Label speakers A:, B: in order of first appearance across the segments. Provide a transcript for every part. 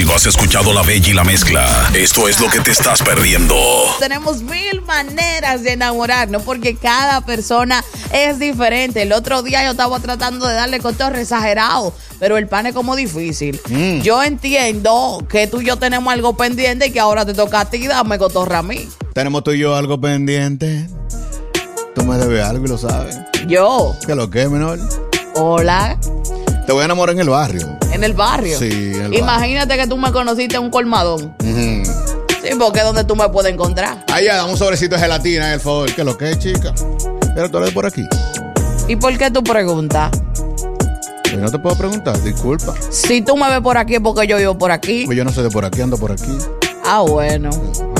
A: si no has escuchado La Bella y la Mezcla, esto es lo que te estás perdiendo.
B: Tenemos mil maneras de enamorarnos porque cada persona es diferente. El otro día yo estaba tratando de darle cotorre exagerado, pero el pan es como difícil.
C: Mm.
B: Yo entiendo que tú y yo tenemos algo pendiente y que ahora te toca a ti darme cotorra a mí.
C: Tenemos tú y yo algo pendiente. Tú me debes algo y lo sabes.
B: Yo,
C: ¿Qué lo que, menor?
B: hola,
C: Te voy a enamorar en el barrio.
B: en el barrio.
C: Sí, en el barrio.
B: Imagínate que tú me conociste en un colmadón.
C: Ujú.
B: Sí, porque es donde tú me puedes encontrar.
C: Allá, dame un sobrecito de gelatina, el favor. ¿Qué lo que, chica? Pero tú eres por aquí.
B: ¿Y por qué tú preguntas?
C: Yo no te puedo preguntar, disculpa.
B: Si tú me ves por aquí es porque yo vivo por aquí.
C: Pues yo no soy de por aquí, ando por aquí.
B: Ah, bueno.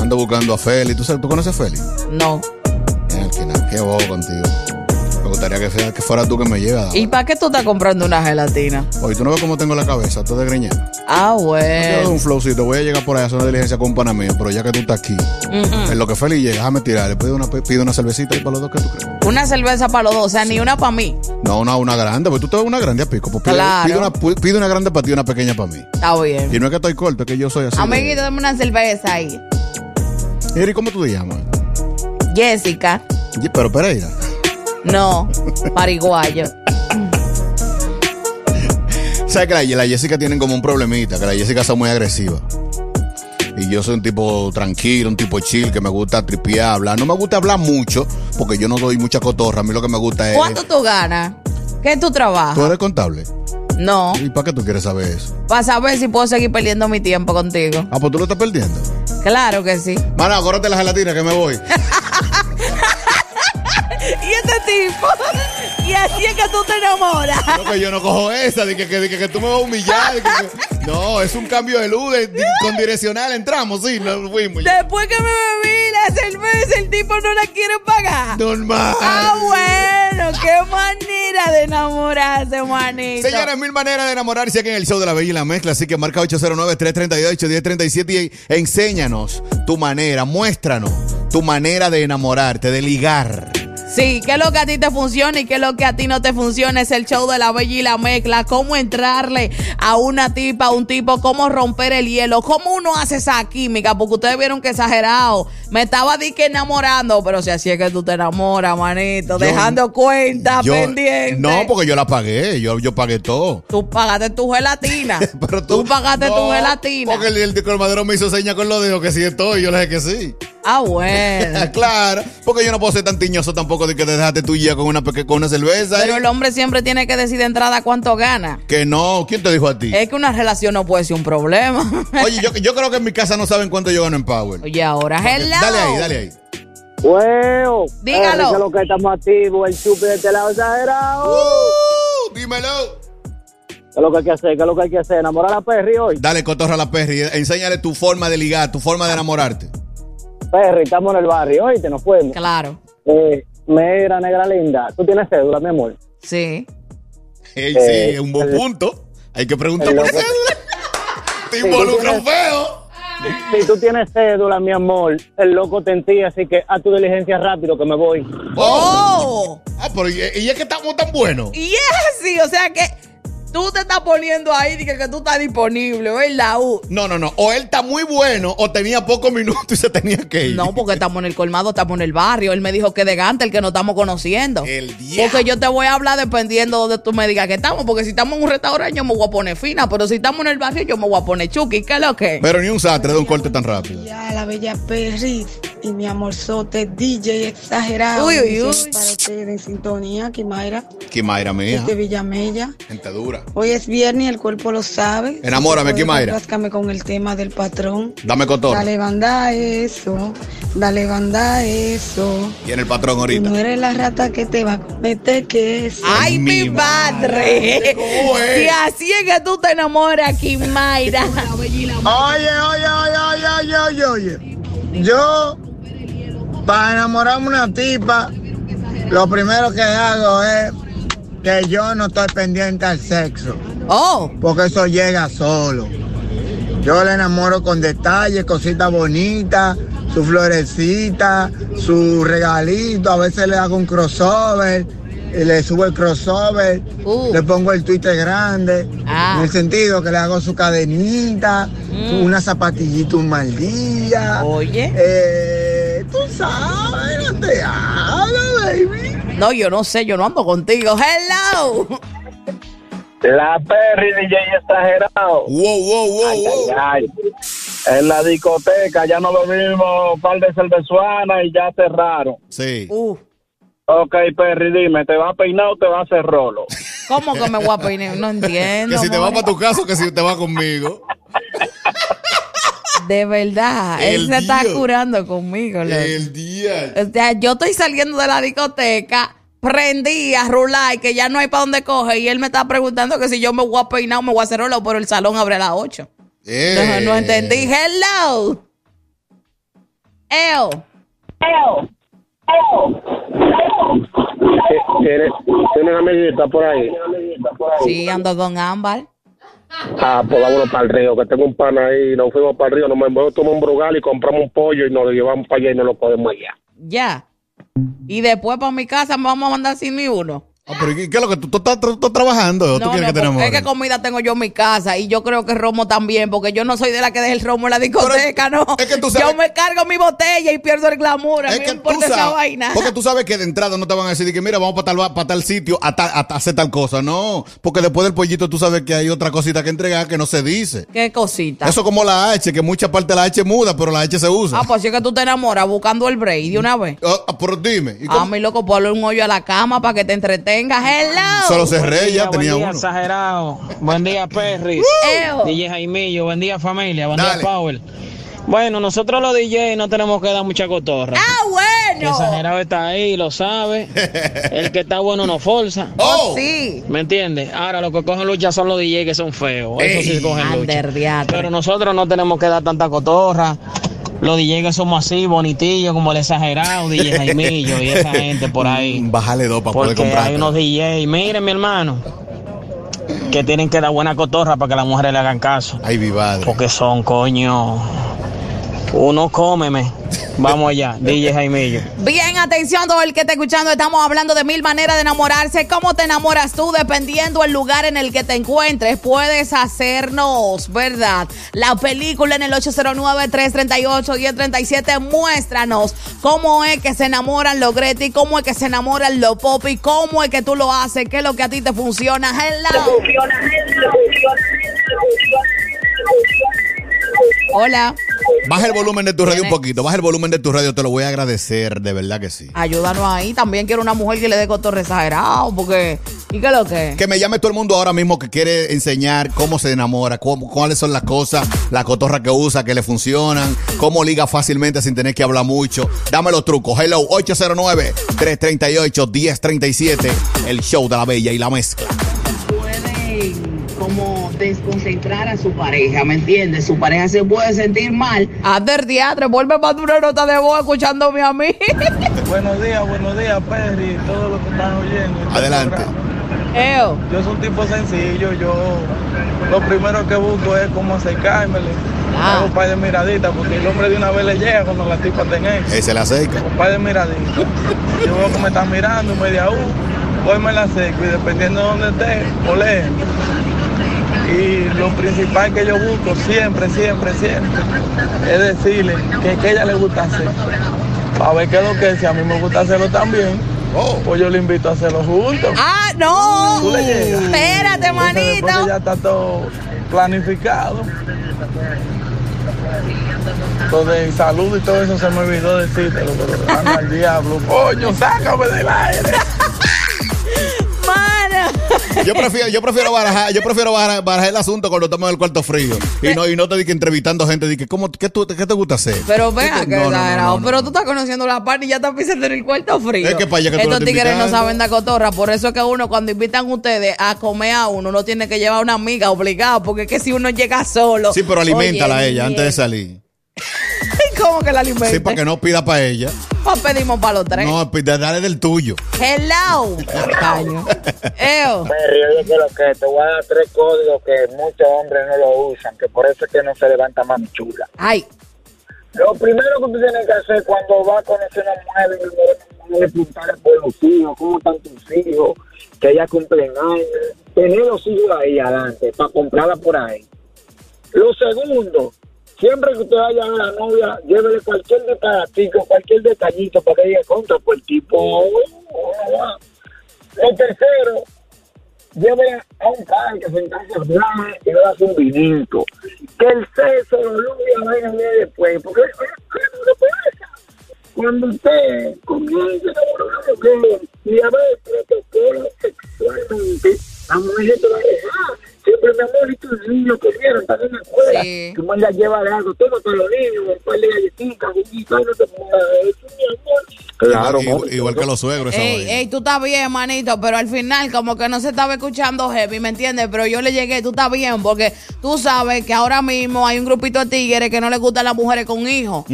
C: Ando buscando a Feli. ¿Tú, sabes- tú conoces a Feli?
B: No.
C: Eh, que nada, Qué bobo contigo. Me gustaría que, sea- que fuera tú que me llevas.
B: ¿Y para qué tú estás comprando una gelatina?
C: Hoy tú no ves cómo tengo la cabeza, tú de greñera.
B: Ah,
C: Yo doy
B: bueno.
C: un flowcito, voy a llegar por allá a hacer una diligencia con un pana mío, pero ya que tú estás aquí, en lo que Feli llega, déjame tirar, le pido una, pido una cervecita y para los dos que tú crees.
B: Una cerveza para los dos, o sea, ni una para mí.
C: No, una, una grande, pues tú te ves una grande a pico. Pues pide,
B: Claro.
C: pide una, pu- pide una grande para ti y una pequeña para mí.
B: Está
C: Y
B: bien.
C: no es que estoy corto, es que yo soy así.
B: Amiguito, dame una cerveza ahí.
C: Eri, ¿cómo tú te llamas?
B: Jessica.
C: Ye- Pero Pereira.
B: No, pariguayo.
C: ¿Sabes que la, la Jessica tienen como un problemita? Que la Jessica está muy agresiva. Y yo soy un tipo tranquilo, un tipo chill, que me gusta tripear, hablar. No me gusta hablar mucho, porque yo no doy mucha cotorra. A mí lo que me gusta es.
B: ¿Cuánto tú ganas? ¿Qué tú
C: ¿Tú
B: trabajas?
C: eres contable?
B: No,
C: ¿Y para qué tú quieres saber eso?
B: para saber si puedo seguir perdiendo mi tiempo contigo.
C: Ah, pues tú lo estás perdiendo.
B: Claro que sí.
C: Mana, córrate la gelatina que me voy.
B: ¿Y este tipo? ¿Y así es que tú te enamoras?
C: No, que yo no cojo esa, de que, que, de que, que tú me vas a humillar. de que- que- no, es un cambio de luz de- de- con direccional. Entramos, sí, nos fuimos. ya.
B: Después que me bebí la cerveza, el tipo no la quiere pagar.
C: Normal.
B: Ah, bueno, qué manera de enamorarse, manito.
C: Señores, mil maneras de enamorarse aquí en el show de la Bella y la Mezcla. Así que marca 809-338-1037 y enséñanos tu manera, muéstranos tu manera de enamorarte, de ligar.
B: Sí, qué es lo que a ti te funciona y qué es lo que a ti no te funciona. Es el show de la bella y la mezcla. Cómo entrarle a una tipa, a un tipo, cómo romper el hielo, cómo uno hace esa química, porque ustedes vieron que exagerado. Me estaba di que enamorando, pero si así es que tú te enamoras, manito,
C: Yo-
B: dejando cuenta
C: Yo-
B: pendiente.
C: No, porque yo la pagué, yo, yo pagué todo.
B: Tú pagaste tu gelatina.
C: Pero
B: tú, pagaste
C: no,
B: tu gelatina.
C: Porque el, el colmadero me hizo señas con los dedos que sí estoy, yo le dije que sí.
B: Ah, bueno.
C: claro, porque yo no puedo ser tan tiñoso tampoco de que te dejaste tu guía con una, peque- con una cerveza.
B: pero
C: ¿eh?
B: el hombre siempre tiene que decir de entrada cuánto gana.
C: Que no, ¿quién te dijo a ti?
B: Es que una relación no puede ser un problema.
C: Oye, yo, yo creo que en mi casa no saben cuánto yo gano en Power.
B: Oye, ahora, hello.
C: Dale ahí, dale ahí.
D: Huevo.
B: Dígalo.
D: Eh, que lo que estamos activos, el chupi de este lado exagerado.
C: Uh, dímelo.
D: ¿Qué es lo que hay que hacer? ¿Qué es lo que hay que hacer? ¿Enamorar a Perry hoy?
C: Dale, cotorra a la Perry. Enséñale tu forma de ligar, tu forma de enamorarte.
D: Perry, estamos en el barrio, oíste, nos fuimos.
B: Claro.
D: Eh, mira, negra linda, tú tienes cédula, mi amor.
B: Sí.
D: Eh,
C: Ey, sí, es un buen
D: el-
C: punto. Hay que preguntar
D: el
C: por
D: loco.
C: cédula. Te involucra un feo.
D: Si tú tienes cédula, mi amor, el loco te entía, así que haz tu diligencia rápido que me voy.
C: Oh.
B: Oh.
C: Ah, pero y, y es que estamos tan buenos.
B: Y es así, o sea que Tú te estás poniendo ahí, dije que tú estás disponible, ¿verdad? U?
C: No, no, no. O él está muy bueno o tenía pocos minutos y se tenía que ir.
B: No, porque estamos en el colmado, estamos en el barrio. Él me dijo que de Gante, el que nos estamos conociendo.
C: El diablo.
B: Porque yo te voy a hablar dependiendo donde tú me digas que estamos. Porque si estamos en un restaurante, yo me voy a poner fina. Pero si estamos en el barrio, yo me voy a poner chuki. ¿Qué es lo que?
C: Pero ni un sastre de un corte tan rápido.
E: Ya, la bella Perry y mi amorzote DJ exagerado.
B: Uy, uy, uy.
E: Bendiciones Para ustedes en sintonía, Quimaira,
C: Quimaira mía.
E: de Villamella.
C: Gente dura.
E: Este Hoy es viernes y el cuerpo lo sabe.
C: Enamórame,
E: Puedes
C: Quimaira.
E: complázcame con el tema del patrón.
C: Dame cotorra.
E: Dale banda a eso, dale banda a eso.
C: Tiene el patrón
E: Tú
C: ahorita.
E: No eres la rata que te va a cometer queso.
B: ¡Ay, mi
C: mi
B: madre!
C: ¿Cómo es?
B: Si así es que tú te enamoras aquí, Mayra.
F: Oye, oye, oye, oye, oye, oye, oye. Yo, para enamorarme una tipa, lo primero que hago es que yo no estoy pendiente al sexo,
B: Oh,
F: porque eso llega solo. Yo la enamoro con detalles, cositas bonitas, su florecita, su regalito, a veces le hago un crossover, y le subo el crossover,
B: Uh.
F: le pongo el Twitter grande,
B: Ah. Mm.
F: en el sentido que le hago su cadenita, una zapatillita, un mal día.
B: oye.
F: Eh, tú sabes, no te hablo, baby.
B: No, yo no sé, yo no ando contigo. ¡Hello!
G: La Perry DJ exagerado.
C: Wow, wow, wow, wow.
G: Ay, en la discoteca ya no lo vimos, un par de cervezuanas y ya cerraron.
C: Sí.
B: Uh,
G: Ok, Perry, dime, ¿te vas a peinar o te vas a hacer rolo?
B: ¿Cómo que me voy a peinar? No entiendo.
C: Que si te vas
B: amor.
C: para tu casa, que si te vas conmigo.
B: De verdad, él
C: El
B: se está
C: Dios.
B: curando conmigo. loco.
C: El día.
B: O sea, yo estoy saliendo de la discoteca, prendí a rular, que ya no hay para dónde coger, y él me está preguntando que si yo me voy a peinar o me voy a hacer rolo, pero el salón abre a las 8.
C: Eh.
B: No, no entendí. Hello. Eo.
G: ¿Tienes, una amiguita por ahí?
B: Sí, ando con Ámbar.
G: Ah, pues vámonos para el río, que tengo un pan ahí. Nos fuimos para el río, nos vamos a tomar un brugal y compramos un pollo y nos lo llevamos para allá y no lo podemos allá.
B: Ya. Y después para mi casa me vamos a mandar sin ni uno.
C: Ah, pero ¿qué, qué es lo que tú, tú estás, tú estás trabajando? ¿O tú
B: No,
C: quieres
B: no,
C: que
B: porque
C: tenemos?
B: es que comida tengo yo en mi casa y yo creo que romo también, porque yo no soy de la que deja el romo en la discoteca,
C: Pero
B: no.
C: es que tú
B: Yo
C: sabes-
B: me cargo mi botella y pierdo el glamour. A mí
C: Es
B: no
C: que
B: me importa esa vaina.
C: porque tú sabes que de entrada no te van a decir de que mira, vamos para tal, ba- para tal sitio a, tal- a hacer tal cosa. No, porque después del pollito tú sabes que hay otra cosita que entregar que no se dice.
B: Qué cosita.
C: Eso como la H, que mucha parte de la H muda, pero la H se usa.
B: Ah, pues si es que tú te enamoras buscando el break de una vez.
C: Ah, ah, pero dime, ¿y
B: A
C: cómo?
B: mi loco, ponle un hoyo a la cama para que te entretengas. Hello.
C: se lo cerré, ya tenía uno.
F: exagerado. Buen día, Perry.
B: Eo.
F: DJ Jaimillo, buen día familia, buen
C: Dale.
F: día Powell. Bueno, nosotros los DJ no tenemos que dar mucha cotorra.
B: Ah,
F: El
B: bueno.
F: Exagerado está ahí, lo sabe. El que está bueno no forza.
C: ¡Oh!
B: Sí.
F: ¿Me entiendes? Ahora los que cogen lucha son los DJ que son feos. Eso sí cogen lucha.
B: Ander, diatre.
F: Pero nosotros no tenemos que dar tanta cotorra. Los DJ que somos así, bonitillos, como el exagerado, DJ Jaimillo y esa gente por ahí.
C: Bájale dos para poder
F: Porque
C: comprar.
F: hay unos DJ, miren mi hermano, que tienen que dar buena cotorra para que las mujeres le hagan caso.
C: Ay, mi madre.
F: Porque son, coño. Uno cómeme. Vamos allá, DJ Jaimillo.
B: Bien, atención todo el que está escuchando, estamos hablando de mil maneras de enamorarse. ¿Cómo te enamoras tú? Dependiendo el lugar en el que te encuentres, puedes hacernos, ¿verdad? La película en el 809-338-1037, muéstranos cómo es que se enamoran los Greti, cómo es que se enamoran los Poppy, cómo es que tú lo haces, qué es lo que a ti te funciona. Hello. Hola,
C: Baja el volumen de tu radio un
B: Tiene-
C: poquito, baja el volumen de tu radio, te lo voy a agradecer, de verdad que sí.
B: ayúdanos ahí. También quiero una mujer que le dé cotorre exagerado, porque... ¿Y qué es lo que? es?
C: Que me llame todo el mundo ahora mismo que quiere enseñar cómo se enamora, cómo- cuáles son las cosas, la cotorra que usa, que le funcionan, cómo liga fácilmente sin tener que hablar mucho. Dame los trucos. Hello, 809-338-1037. El show de la bella y la mezcla.
H: pueden como desconcentrar a su pareja, ¿me entiendes? Su pareja se puede sentir mal
B: Ander Diatre, vuelve para una nota de voz escuchándome a mí.
G: Buenos días, buenos días, Perry, todos los que están oyendo. este
C: Adelante.
G: programa.
B: Eo.
G: Yo soy un tipo sencillo, yo lo primero que busco es cómo acercármele.
B: Ah.
G: Hago Un par de miraditas, porque el hombre de una vez le llega cuando la tipa tenga
C: Ahí se le acerca.
G: un par de miraditas. Yo veo que me están mirando, media U, hoy me la seco y dependiendo de dónde esté, olé.
I: lo principal que yo busco siempre, siempre, siempre, es decirle que, que ella le gusta hacer. Para ver qué es lo que es, si a mí me gusta hacerlo también, pues yo le invito a hacerlo juntos.
B: ¡Ah, no!
I: Tú le llegas.
B: Espérate,
I: Entonces, después que
B: manito.
I: ya está todo planificado. Entonces, salud y todo eso se me olvidó decírtelo, pero anda al diablo, coño, sácame del aire.
C: Yo prefiero, yo prefiero barajar, yo prefiero barajar, barajar el asunto cuando estamos en el cuarto frío. Y no, y no te di que entrevistando gente, di que, ¿cómo, qué, tú- qué te gusta hacer?
B: Pero vea
C: Es
B: que
C: que no, no, no,
B: exagerado.
C: no, no.
B: Pero tú estás conociendo la parte y ya estás pisando en el cuarto frío.
C: Es que para allá que tú
B: Estos
C: lo estás
B: tigres no
C: invitando.
B: saben dar cotorra. Por eso es que uno, cuando invitan ustedes a comer a uno, uno tiene que llevar a una amiga obligado. Porque es que si uno llega solo.
C: Sí, pero alimentala
B: Oye,
C: a ella antes de
B: mierda.
C: salir.
B: ¿Cómo que la alimenta?
C: Sí, para que no pida para ella.
B: Pues pedimos para los tres.
C: No, pida- dale del tuyo.
B: Hello. Caño. Eo.
F: Perry, oye, que lo que te voy a dar tres códigos que muchos hombres no lo usan, que por eso es que no se levanta mami chula.
B: Ay.
F: Lo primero que tú tienes que hacer cuando vas a conocer a una mujer, primero es preguntarle por los hijos, cómo están tus hijos, que ella cumplen años, tener los hijos ahí adelante, para comprarla por ahí. Lo segundo, siempre que usted vaya a ver a la novia, llévele cualquier detallito, cualquier detallito, para que ella contra por el tipo. uno va. Lo tercero, llévele a un parque, sentarse a hablar y le das un vinito. Que el sexo, los lunes, venga bien después, porque cuando usted comienza a enamorar a una mujer y a ver protocolo sexualmente, la mujer te va a dejar. Siempre, mi amor, y tus niños comieron, están en la escuela. Tu madre la lleva de algo, todo para los niños, un par de galletitas, un guisado, no te pongas eso, mi amor.
C: Claro, igual, igual que los suegros. esa
B: Ey,
C: vaina.
B: ey, tú estás bien, manito, pero al final como que no se estaba escuchando heavy, ¿me entiendes? Pero yo le llegué, tú estás bien, porque tú sabes que ahora mismo hay un grupito de tigres que no le gustan las mujeres con hijos.
C: Mm.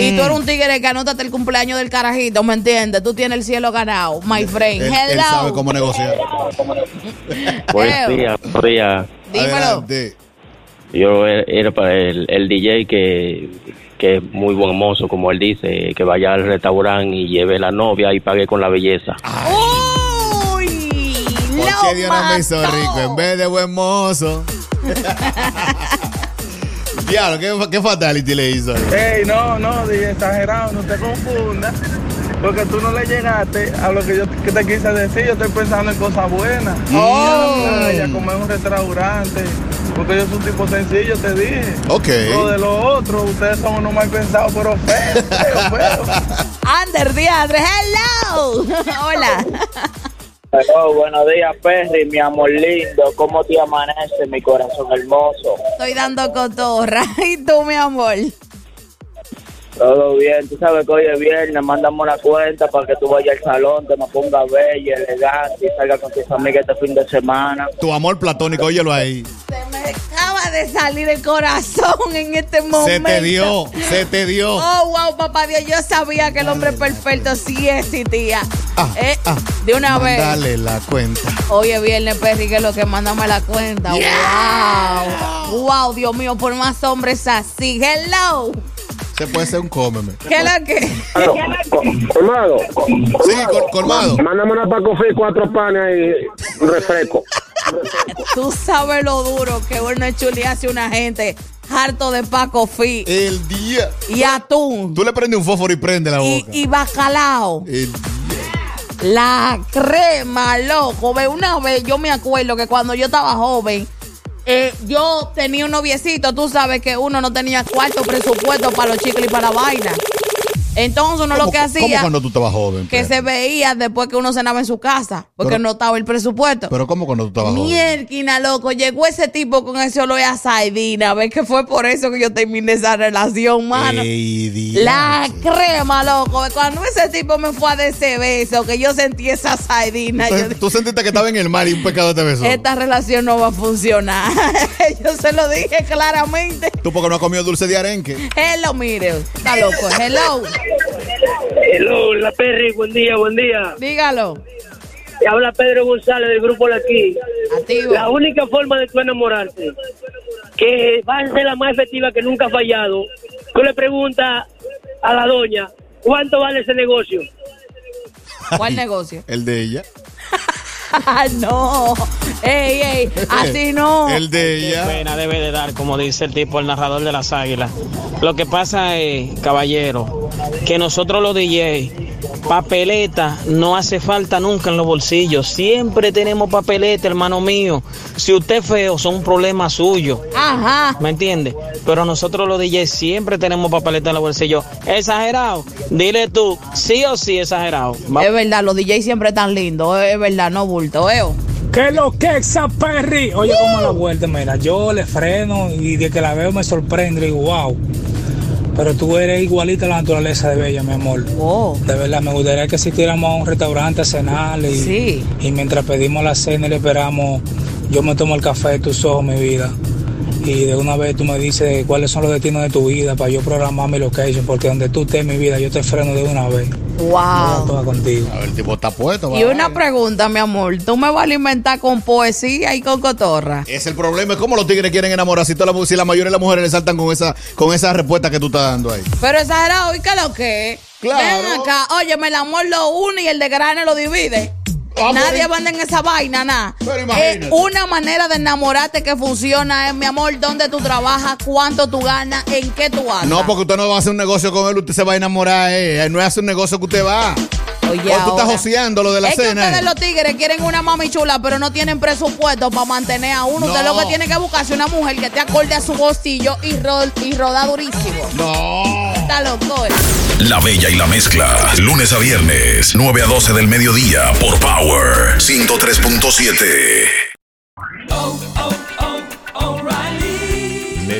B: Y tú eres un tigre que anótate el cumpleaños del carajito, ¿me entiendes? Tú tienes el cielo ganado, my friend.
C: Él,
B: Hello.
C: él sabe cómo negociar.
J: Buenos
B: Eo.
J: días, buenos días.
B: Dímelo.
J: Yo era- era para el, el DJ que, que es muy buen mozo, como él dice, que vaya al restaurante y lleve la novia y pague con la belleza.
C: ¿Por qué Dios no me hizo rico en vez de buen mozo? Diablo, ¿qué, qué fatality le hizo.
I: Ey, no, no, dije exagerado, no te confundas. Porque tú no le llegaste a lo que yo te- que te quise decir. Yo estoy pensando en cosas buenas. Ah,
C: Oh.
I: Ir a la playa, comer en un restaurante. Porque yo soy un tipo sencillo, te dije.
C: Ok.
I: Lo de los otros, ustedes son unos mal pensados, pero feos, feos, feos.
B: Ander Diandre, hello. Hola.
F: Hello, buenos días, Perry, mi amor lindo. ¿Cómo te amanece, mi corazón hermoso?
B: Estoy dando cotorra. ¿Y tú, mi amor?
F: Todo bien. Tú sabes que hoy es viernes, mandamos una cuenta para que tú vayas al salón, te me pongas bella, elegante y salgas con tus amigas este fin de semana.
C: Tu amor platónico, óyelo ahí.
B: Acaba de salir el corazón en este momento.
C: Se te dio, se te dio.
B: Oh, wow, papá Dios, yo sabía que el hombre perfecto sí existía.
C: Ah,
B: Eh, de una vez.
C: Dale la cuenta.
B: Hoy es viernes, Perry, que es lo que mándame la cuenta. Wow. Wow, Dios mío, por más hombres así. Hello.
C: Se puede ser un cómeme.
B: ¿Qué es lo que?
K: Colmado. Sí, colmado. Mándame una Paco Fe, cuatro panes y un refresco.
B: Tú sabes lo duro que bueno es chulearse una gente harto de Paco Fi.
C: El día.
B: Y atún.
C: Tú le prendes un fósforo y prende la
B: Y,
C: boca.
B: y bacalao.
C: El-
B: La crema, loco. Ve, una vez yo me acuerdo que cuando yo estaba joven, eh, yo tenía un noviecito. Tú sabes que uno no tenía cuarto presupuesto para los chicles y para la vaina. Entonces uno lo
C: ¿Cómo-
B: que
C: ¿Cómo
B: hacía,
C: cuando tú estabas joven?
B: que se veía después que uno cenaba en su casa, porque
C: Pero-
B: no estaba el presupuesto.
C: Pero ¿cómo cuando tú estabas joven?
B: Mierquina, loco, llegó ese tipo con ese olor a sardina. A ver que fue por eso que yo terminé esa relación, mano.
C: Ey, di-
B: La crema, loco. Cuando ese tipo me fue a dar ese beso, que yo sentí esa sardina, yo
C: Tú- Tú sentiste que estaba en el mar y un pecado te besó.
B: dije, esta relación no va a funcionar. yo se lo dije claramente.
C: Tú porque no has comido dulce de arenque.
B: Hello, mire, está loco. Hello,
L: Hello, la Perry, buen día, buen día.
B: dígalo.
L: Te habla Pedro González del grupo La Aquí.
B: Activo.
L: La única forma de tú enamorarte, que va a ser la más efectiva que nunca ha fallado, tú le preguntas a la doña, ¿cuánto vale ese negocio?
B: ¿Cuál negocio? Ah,
C: El de ella.
B: no, Ey, ey, así no.
C: Eh, de
M: ella. Qué pena debe de dar, como dice el tipo, el narrador de las águilas. Lo que pasa es, caballero, que nosotros los DJ, papeleta no hace falta nunca en los bolsillos. Siempre tenemos papeleta, hermano mío. Si usted es feo, son un problema suyo.
B: Ajá.
M: ¿Me entiende? Pero nosotros los DJ siempre tenemos papeleta en los bolsillos. Exagerado. Dile tú, sí o sí, exagerado.
B: Es verdad, los DJs siempre están lindos, es verdad, no bulto, ¿eh?
N: ¿Qué lo que esa perri? Oye, como la vuelta, mira, yo le freno y de que la veo me sorprende y digo, wow. Pero tú eres igualita a la naturaleza de Bella, mi amor.
B: Oh,
N: De verdad, me gustaría que asistiéramos a un restaurante a cenar y, y mientras pedimos la cena y le esperamos, yo me tomo el café de tus ojos, mi vida. Y de una vez tú me dices cuáles son los destinos de tu vida para yo programar mi location, porque donde tú estés, mi vida, yo te freno de una vez.
B: Wow.
N: Toda contigo.
C: A ver, el tipo está puesto.
B: Y una pregunta, mi amor, ¿tú me vas a alimentar con poesía y con cotorra?
C: Es el problema, es cómo los tigres quieren enamorar si, toda la, si la mayoría de las mujeres le saltan con esa, con esa respuesta que tú estás dando ahí.
B: Pero exagerado, ¿y qué lo que? Claro. Ven acá, oye, el amor lo une y el de grana lo divide.
C: Ah,
B: Nadie manda en esa vaina, nada.
C: pues, eh. imagínate.
B: Eh, una manera de enamorarte que funciona es, mi amor, dónde tú trabajas, cuánto tú ganas, en qué tú haces.
C: No, porque usted no va a hacer un negocio con él, usted se va a enamorar. Eh. No es hacer un negocio que usted va.
B: Oye,
C: tú estás
B: ahora.
C: joseando lo de la
B: es que
C: cena.
B: ustedes
C: eh.
B: los tigres quieren una mami chula, pero no tienen presupuesto para mantener a uno. Usted
C: No.
B: lo que tiene que buscarse una mujer que te acorde a su bolsillo y, ro- y roda durísimo.
C: No.
B: Está loco. eh.
A: La Bella y la Mezcla. Lunes a viernes, 9 a 12 del mediodía por Power 103.7.